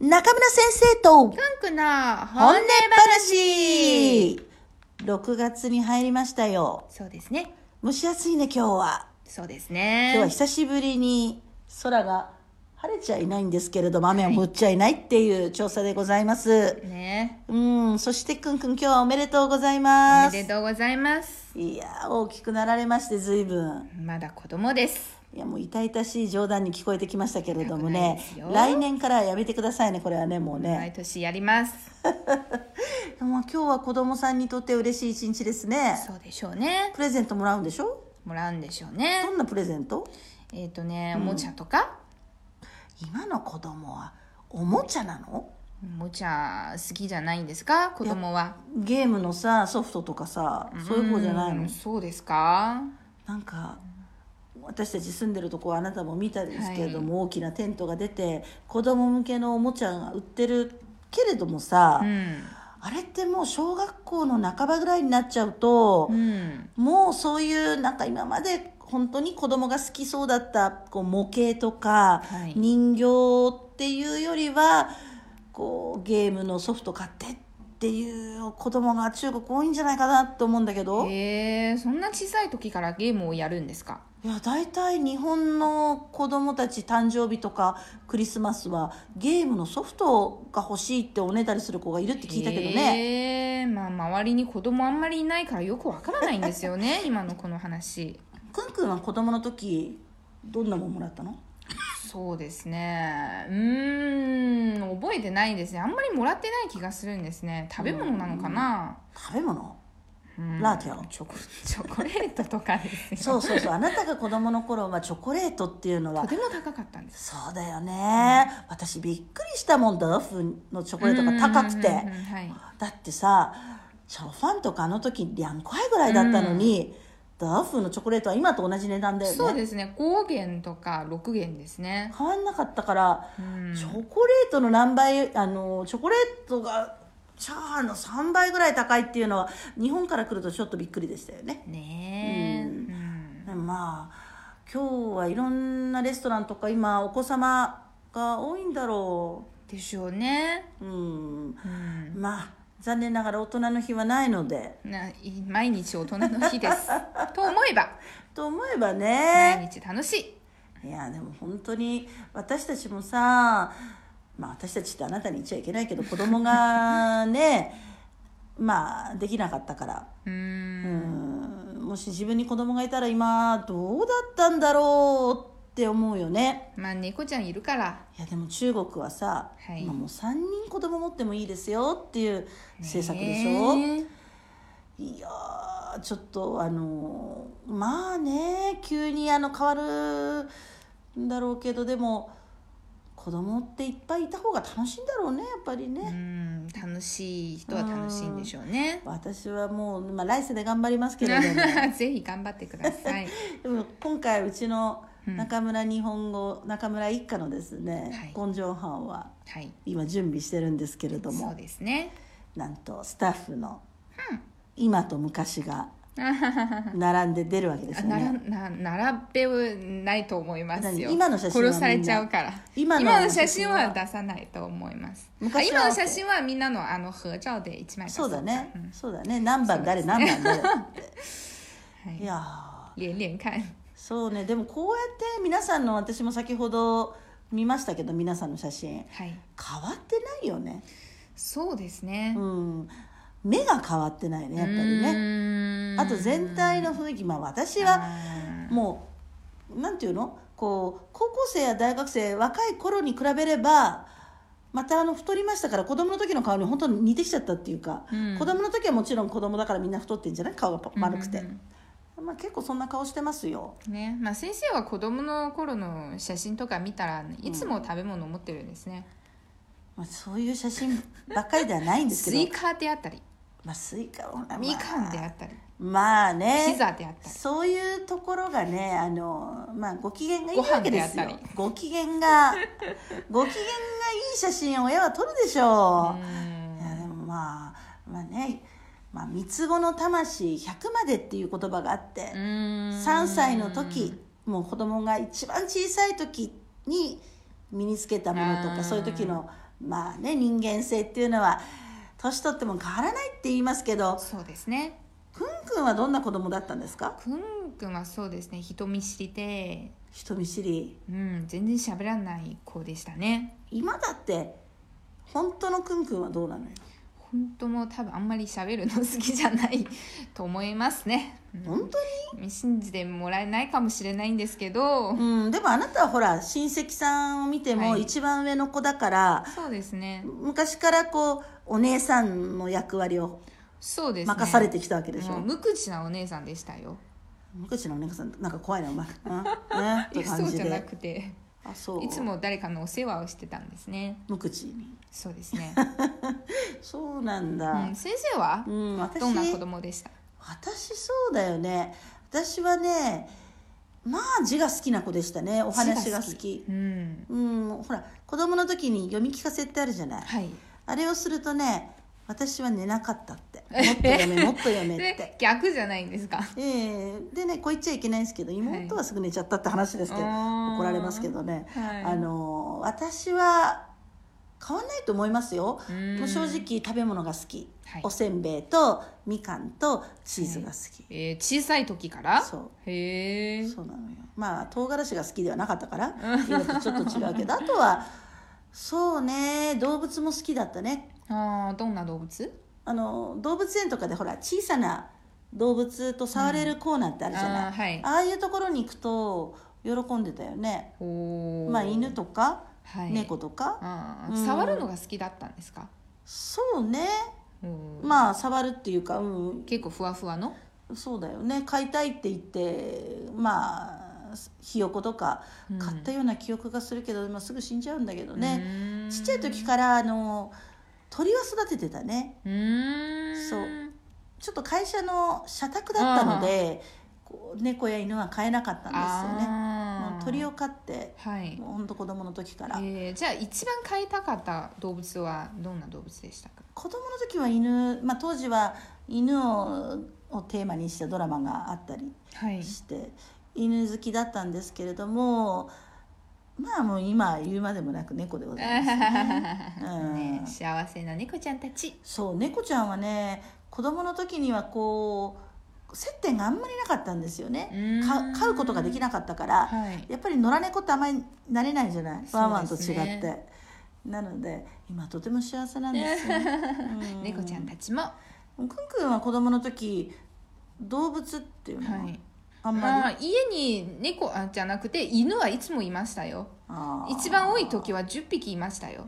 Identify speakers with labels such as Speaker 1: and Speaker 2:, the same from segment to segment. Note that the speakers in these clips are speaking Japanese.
Speaker 1: 中村先生と
Speaker 2: パンクな
Speaker 1: 本
Speaker 2: 本
Speaker 1: 音
Speaker 2: 音話
Speaker 1: 話 !6 月に入りましたよ。
Speaker 2: そうですね。
Speaker 1: 蒸し暑いね、今日は。
Speaker 2: そうです
Speaker 1: 今日は
Speaker 2: ね。
Speaker 1: 久しぶりに空が晴れちゃいないんですけれども、雨は降っちゃいないっていう調査でございます。
Speaker 2: ね。
Speaker 1: うん、そしてくんくん今日はおめでとうございま
Speaker 2: お
Speaker 1: す
Speaker 2: めで。とうございます。
Speaker 1: いやー、大きくなられまして、随分。
Speaker 2: まだ子供です。
Speaker 1: いやもう痛々しい冗談に聞こえてきましたけれども
Speaker 2: 痛くない
Speaker 1: ね
Speaker 2: ですよ
Speaker 1: 来年からはやめてくださいねこれはねもうね、
Speaker 2: 毎年やります。
Speaker 1: でも今日は子供さんにとって嬉しい一日ですね
Speaker 2: そうでしょうね。
Speaker 1: プレゼントもらうんでしょ
Speaker 2: もらうんでしょうね
Speaker 1: ど。んなプレゼント
Speaker 2: えっ、とね、おもちゃとか、
Speaker 1: 今の子供はおもちゃなの
Speaker 2: おもちゃ好きじゃないんですか子供は。
Speaker 1: ゲームのさソフトとかさそういう方じゃないの
Speaker 2: うんそうですか
Speaker 1: なんか私たち住んでるとこはあなたも見たんですけれども、大きなテントが出て子供向けのおもちゃが売ってるけれどもさ、
Speaker 2: うん。
Speaker 1: あれってもう小学校の半ばぐらいになっちゃうと
Speaker 2: う、ん。
Speaker 1: もうそういうなんか今まで本当に子供が好きそうだったこう模型とか
Speaker 2: はい
Speaker 1: 人形っていうよりはこうゲームのソフト買ってっていう子供が中国多いんじゃないかなと思うんだけど、
Speaker 2: えー、そんな小さい時からゲームをやるんですか
Speaker 1: いや大体日本の子供たち誕生日とかクリスマスはゲームのソフトが欲しいっておねだりする子がいるって聞いたけどね。
Speaker 2: えーまあ周りに子供あんまりいないからよくわからないんですよ ね今のこの話
Speaker 1: くんくんは子供の時どんなもんもらったの
Speaker 2: そうですねうーん覚えてないですねあんまりもらってない気がするんですね食べ物なのかな
Speaker 1: 食べ物
Speaker 2: うん
Speaker 1: ラーテを
Speaker 2: チョコチョコレートとかですよ
Speaker 1: そうそうそうあなたが子供の頃はチョコレートっていうの
Speaker 2: と
Speaker 1: は
Speaker 2: ても高かったんです
Speaker 1: そうだよね私びっくりしたもんだフのチョコレートが高くて
Speaker 2: うんうんうんうんはい
Speaker 1: だってさチョロファンとかあの時2個ぐらいだったのに、ダーフのチョコレートは今と同じ値段だ
Speaker 2: そ
Speaker 1: よ
Speaker 2: う
Speaker 1: ね
Speaker 2: ですね5元とか6元ですね
Speaker 1: 変わんなかったから、
Speaker 2: うん
Speaker 1: チョコレートの何倍あのチョコレートがチャーハンの3倍ぐらい高いっていうのは日本から来るとちょっとびっくりでしたよねう
Speaker 2: ねえ、
Speaker 1: ん
Speaker 2: うん
Speaker 1: でもまあ今日はいろんなレストランとか今お子様が多いんだろ
Speaker 2: でしょうね、
Speaker 1: ううん
Speaker 2: うん
Speaker 1: まあ残念ながら大人の日はないので
Speaker 2: ない毎日大人の日です と思えば
Speaker 1: と思えばね
Speaker 2: 毎日楽しい
Speaker 1: いやでも本当に私たちもさまあ私たちってあなたに言っちゃいけないけど子供がね まあできなかったから
Speaker 2: うー
Speaker 1: うんんもし自分に子供がいたら今どうだったんだろうって思うよね
Speaker 2: まあ猫ちゃんいるから
Speaker 1: いやでも中国はさ、
Speaker 2: はい
Speaker 1: 今もう3人子供持ってもいいですよっていう政策でしょ、
Speaker 2: ね
Speaker 1: いやーちょっとあのーまあね急にあの変わるんだろうけどでも子供っていっぱいいた方が楽しいんだろうねやっぱり
Speaker 2: えう
Speaker 1: ね、
Speaker 2: ん楽しい人は楽しいんでしょうね
Speaker 1: 私はもう、まあ、来世で頑張りますけれ ども
Speaker 2: ぜひ頑張ってくだ さい
Speaker 1: でも今回うちの中村日本語、中村一家のですね、
Speaker 2: は
Speaker 1: 根性班は
Speaker 2: はい
Speaker 1: 今準備してるんですけれど
Speaker 2: そう
Speaker 1: も
Speaker 2: ですね
Speaker 1: なんとスタッフの今と昔 が並んで出るわけですよ
Speaker 2: な
Speaker 1: ね
Speaker 2: ら。な並べないと思いますよ
Speaker 1: 何今の写真はみんな
Speaker 2: 殺されちゃうから
Speaker 1: 今の
Speaker 2: 写真は出さないと思いますあ
Speaker 1: 昔は
Speaker 2: 今の写真はみんなのあの合照で一枚出す
Speaker 1: そうだね、
Speaker 2: ん
Speaker 1: そうだね何番誰、何番誰 っていやー
Speaker 2: 連連看
Speaker 1: そうねでもこうやって皆さんの私も先ほど見ましたけど皆さんの写真変
Speaker 2: はい
Speaker 1: わってないよね
Speaker 2: そうですね
Speaker 1: う。ん目が変わってないねやっぱりね
Speaker 2: ね
Speaker 1: あと全体の雰囲気まあ私はもうなんていうのこう高校生や大学生若い頃に比べればまたあの太りましたから子供の時の顔に本当に似てきちゃったっていうか、
Speaker 2: うん
Speaker 1: 子供の時はもちろん子供だからみんな太ってんじゃない顔がパ丸くて、
Speaker 2: うんうん
Speaker 1: まあ、結構そんな顔してますよ
Speaker 2: ね、まあ先生は子供の頃の写真とか見たらいつも食べ物持ってるんですね。
Speaker 1: まあ、そういう写真ばっかりではないんです
Speaker 2: ス
Speaker 1: け
Speaker 2: イ
Speaker 1: ど、
Speaker 2: カであったり、
Speaker 1: まあ、スイカは
Speaker 2: みかんで
Speaker 1: ま
Speaker 2: あ
Speaker 1: あ、
Speaker 2: ったり、
Speaker 1: まあね
Speaker 2: ピザであったり。
Speaker 1: そういうところがねあの、まあ、ご機嫌がいいわけですよ
Speaker 2: ご飯であった
Speaker 1: ご機嫌がご機嫌がいい写真を親は撮るでしょう、
Speaker 2: うん
Speaker 1: いやでもまあまあね、まあ、三つ子の魂100までっていう言葉があって、
Speaker 2: うん
Speaker 1: 3歳の時もう子供が一番小さい時に身につけたものと
Speaker 2: うん
Speaker 1: かそういう時のまあね人間性っていうのは年取っても変わらないって言いますけど
Speaker 2: そうですね
Speaker 1: くんくんはどんな子供だったんですか
Speaker 2: くんくんはそうですね人見知りで
Speaker 1: 人見知り
Speaker 2: うん全然喋らない子でしたね
Speaker 1: 今だって本当のくんくんはどうなのよ、
Speaker 2: 本当もう多分あんまり喋るの好きじゃないと思いますね、
Speaker 1: 本当に
Speaker 2: うん、信じてもらえないかもしれないんですけど、
Speaker 1: うん、でもあなたはほら親戚さんを見ても
Speaker 2: はい
Speaker 1: 一番上の子だから、
Speaker 2: そうですね
Speaker 1: 昔からこうお姉さんの役割を
Speaker 2: そうですね
Speaker 1: 任されてきたわけでしょ。
Speaker 2: もう無口なお姉さんでしたよ
Speaker 1: 昔のお姉さんなんか怖いなお前。 うんね
Speaker 2: い
Speaker 1: って
Speaker 2: やそ
Speaker 1: 感
Speaker 2: う
Speaker 1: じ
Speaker 2: じゃな
Speaker 1: で。
Speaker 2: くて
Speaker 1: あそう。
Speaker 2: いつも誰かのお世話をしてたんですね
Speaker 1: 無口に。
Speaker 2: そうで すね、
Speaker 1: そうなん
Speaker 2: う
Speaker 1: だ
Speaker 2: ん、。先生は
Speaker 1: うん、私
Speaker 2: どんな子供でした
Speaker 1: 私そうだよね。私はね、まあ字が好きな子でしたね。お
Speaker 2: お
Speaker 1: 話が好き。
Speaker 2: うん
Speaker 1: うん、ほら子供の時に読み聞かせってあるじゃない。
Speaker 2: はい
Speaker 1: あれをするとね、私は寝なかったって。もっと読め、もっと読めって。
Speaker 2: で逆じゃないんですか
Speaker 1: ええでねこう言っちゃいけないんですけど妹はすぐ寝ちゃったって話ですけど、
Speaker 2: あー
Speaker 1: 怒られますけどね、
Speaker 2: はい
Speaker 1: あの私は変わんないと思いますよ
Speaker 2: うーん
Speaker 1: もう正直食べ物が好き、
Speaker 2: はい
Speaker 1: おせんべいとみかんとチーズが好き、
Speaker 2: えー、小さい時から
Speaker 1: そう
Speaker 2: へえ
Speaker 1: そうなのよまあ唐辛子が好きではなかったから今とちょっと違う けどあとはそうね動物も好きだったね
Speaker 2: ああどんな動物
Speaker 1: あの動物園とかでほら小さな動物と触れるコーナーってあるじゃない、
Speaker 2: あーはい
Speaker 1: ああいうところに行くと喜んでたよね。
Speaker 2: おー
Speaker 1: まあ犬とか
Speaker 2: はい
Speaker 1: 猫とか、
Speaker 2: あー
Speaker 1: うん
Speaker 2: 触るのが好きだったんですか
Speaker 1: そうね。
Speaker 2: うん
Speaker 1: まあ触るっていうか、うん、
Speaker 2: 結構ふわふわの
Speaker 1: そうだよね。飼いたいって言って、まあひよことか
Speaker 2: うん
Speaker 1: 買ったような記憶がするけど、まあすぐ死んじゃうんだけどね。
Speaker 2: ね
Speaker 1: ちっちゃい時からあの鳥は育ててたね。
Speaker 2: うーん
Speaker 1: そうちょっと会社の社宅だったので、こう猫や犬は飼えなかったんですよね。
Speaker 2: あ
Speaker 1: もう
Speaker 2: ー
Speaker 1: 鳥を飼って、
Speaker 2: はい
Speaker 1: もう本当子供の時から。
Speaker 2: えー、じゃあ一番飼いたかった動物はどんな動物でしたか
Speaker 1: 子供の時は犬、まあ、当時は犬ををテーマにしたドラマがあったり
Speaker 2: はい
Speaker 1: して犬好きだったんですけれどもまあもう今言うまでもなく猫でございます ねうん
Speaker 2: ね、幸せな猫ちゃんたち
Speaker 1: そう猫ちゃんはね子供の時にはこう接点があんまりなかったんですよ
Speaker 2: う
Speaker 1: ね
Speaker 2: ーん
Speaker 1: か飼うことができなかったから、
Speaker 2: はい
Speaker 1: やっぱり野良猫ってあまり慣れないじゃない、ワンワンと違って、
Speaker 2: そうですね
Speaker 1: なので今とても幸せなんです よ、うん
Speaker 2: 猫ちゃんたちもは
Speaker 1: くんくんは子供の時動物っていうのは、
Speaker 2: い
Speaker 1: あんま
Speaker 2: まあ
Speaker 1: り
Speaker 2: 家に猫あじゃなくて犬はいつもいましたよ
Speaker 1: あー
Speaker 2: 一番多い時は10匹いましたよ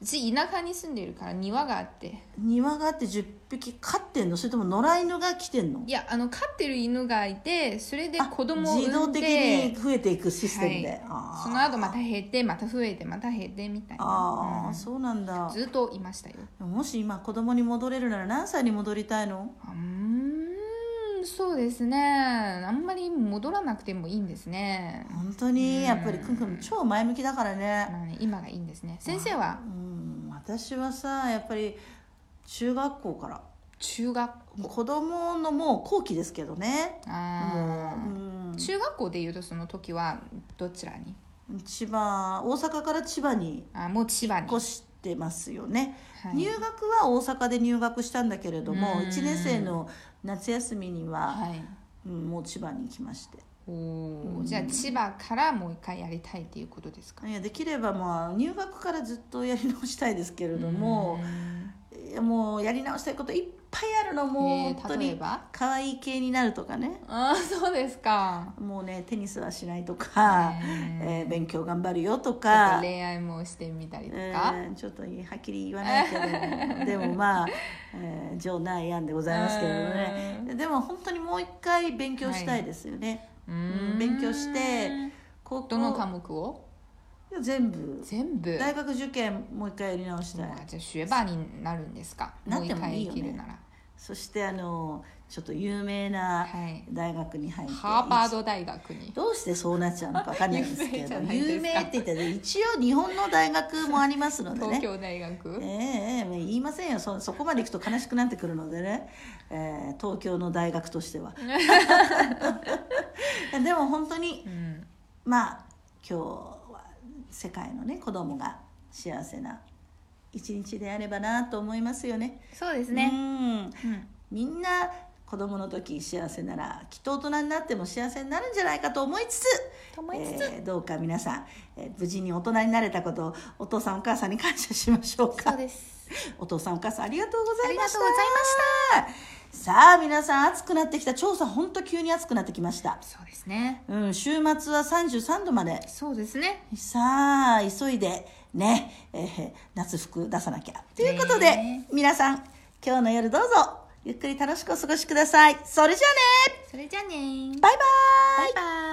Speaker 2: うち田舎に住んでいるから庭があって
Speaker 1: 庭があって10匹飼ってんのそれとも野良犬が来てんの
Speaker 2: いやあの飼ってる犬がいてそれで
Speaker 1: あ
Speaker 2: 子供を
Speaker 1: 自
Speaker 2: 産
Speaker 1: 動
Speaker 2: んで
Speaker 1: 的に増えていくシステムで、
Speaker 2: はい
Speaker 1: あー
Speaker 2: その後また減ってまた増えてまた減ってみたい
Speaker 1: あ
Speaker 2: な、
Speaker 1: ー、
Speaker 2: うん
Speaker 1: そうなんだ
Speaker 2: ずっといましたよ
Speaker 1: もし今子供に戻れるなら何歳に戻りたいの
Speaker 2: うーんそうですねあんまり戻らなくてもいいんですね、
Speaker 1: 本当にやっぱりくんくん超前向きだからね、
Speaker 2: まあね今がいいんですね先生は
Speaker 1: うん、私はさやっぱり中学校から
Speaker 2: 中学
Speaker 1: 子供のもう後期ですけどね
Speaker 2: あ
Speaker 1: もう、
Speaker 2: ー
Speaker 1: うん、
Speaker 2: 中学校でいうとその時はどちらに
Speaker 1: 千葉大阪から千葉に
Speaker 2: あもう千葉に、
Speaker 1: 越してますよね、
Speaker 2: はい
Speaker 1: 入学は大阪で入学したんだけれども
Speaker 2: うん
Speaker 1: 1年生の夏休みには、
Speaker 2: はい
Speaker 1: うんもう千葉に来まして
Speaker 2: おーじゃあ千葉からもう一回やりたいっていうことですか
Speaker 1: いやできればまあ入学からずっとやり直したいですけれども、いやもうやり直したいこといっぱいあるのもう
Speaker 2: えー
Speaker 1: 本当
Speaker 2: 例え
Speaker 1: に
Speaker 2: ば
Speaker 1: 可愛い系になるとかね
Speaker 2: ああそうですか
Speaker 1: もうねテニスはしないとか、
Speaker 2: えー
Speaker 1: えー勉強頑張るよと
Speaker 2: ちょっ
Speaker 1: か
Speaker 2: と恋愛もしてみたりとか、
Speaker 1: えーちょっとはっきり言わない けどでもまあ、えー、情内案でございますけれどもねでも本当にもう一回勉強したいですよね、
Speaker 2: う
Speaker 1: うん勉強して高校
Speaker 2: どの科目を
Speaker 1: 全部
Speaker 2: 全部
Speaker 1: 大学受験もう一回やり直したい、
Speaker 2: あじゃあシュエバーになるんですか
Speaker 1: なってもいいよね
Speaker 2: もう一回生きるなら
Speaker 1: そしてあのちょっと有名な
Speaker 2: はい
Speaker 1: 大学に入って、
Speaker 2: ハーバード大学に
Speaker 1: どうしてそうなっちゃうのか分かんないんですけ
Speaker 2: 有名じ
Speaker 1: ど
Speaker 2: ゃ
Speaker 1: 有
Speaker 2: ない
Speaker 1: 名
Speaker 2: ですか
Speaker 1: って言ったら一応日本の大学もありますのでね
Speaker 2: 東京大学、
Speaker 1: ええええまあ言いませんよそそこまで行くと悲しくなってくるのでね、ええ東京の大学として はでも本当に
Speaker 2: うん
Speaker 1: まあ今日は世界のね子供が幸せな一日であればなと思いますよね。
Speaker 2: そうです
Speaker 1: う
Speaker 2: ね、
Speaker 1: ん
Speaker 2: うん
Speaker 1: みんな子供の時幸せならきっと大人になっても幸せになるんじゃないかと思いつつ
Speaker 2: と思いつつ、
Speaker 1: えーどうか皆さん、えー無事に大人になれたことをお父さんお母さんに感謝しましょう
Speaker 2: そう
Speaker 1: か
Speaker 2: です
Speaker 1: お父さんお母さんありがとうございました
Speaker 2: ありがとうござい
Speaker 1: さあ皆さん暑くなってきた調査ほんと急に暑くなってきました
Speaker 2: そうですね
Speaker 1: うん週末は33度まで
Speaker 2: そうですね
Speaker 1: さあ急いでね、えー夏服出さなきゃということで、
Speaker 2: ね
Speaker 1: 皆さん今日の夜どうぞゆっくり楽しくお過ごしくださいそれじゃあね
Speaker 2: それじゃあねー
Speaker 1: バイバイ
Speaker 2: バイバイ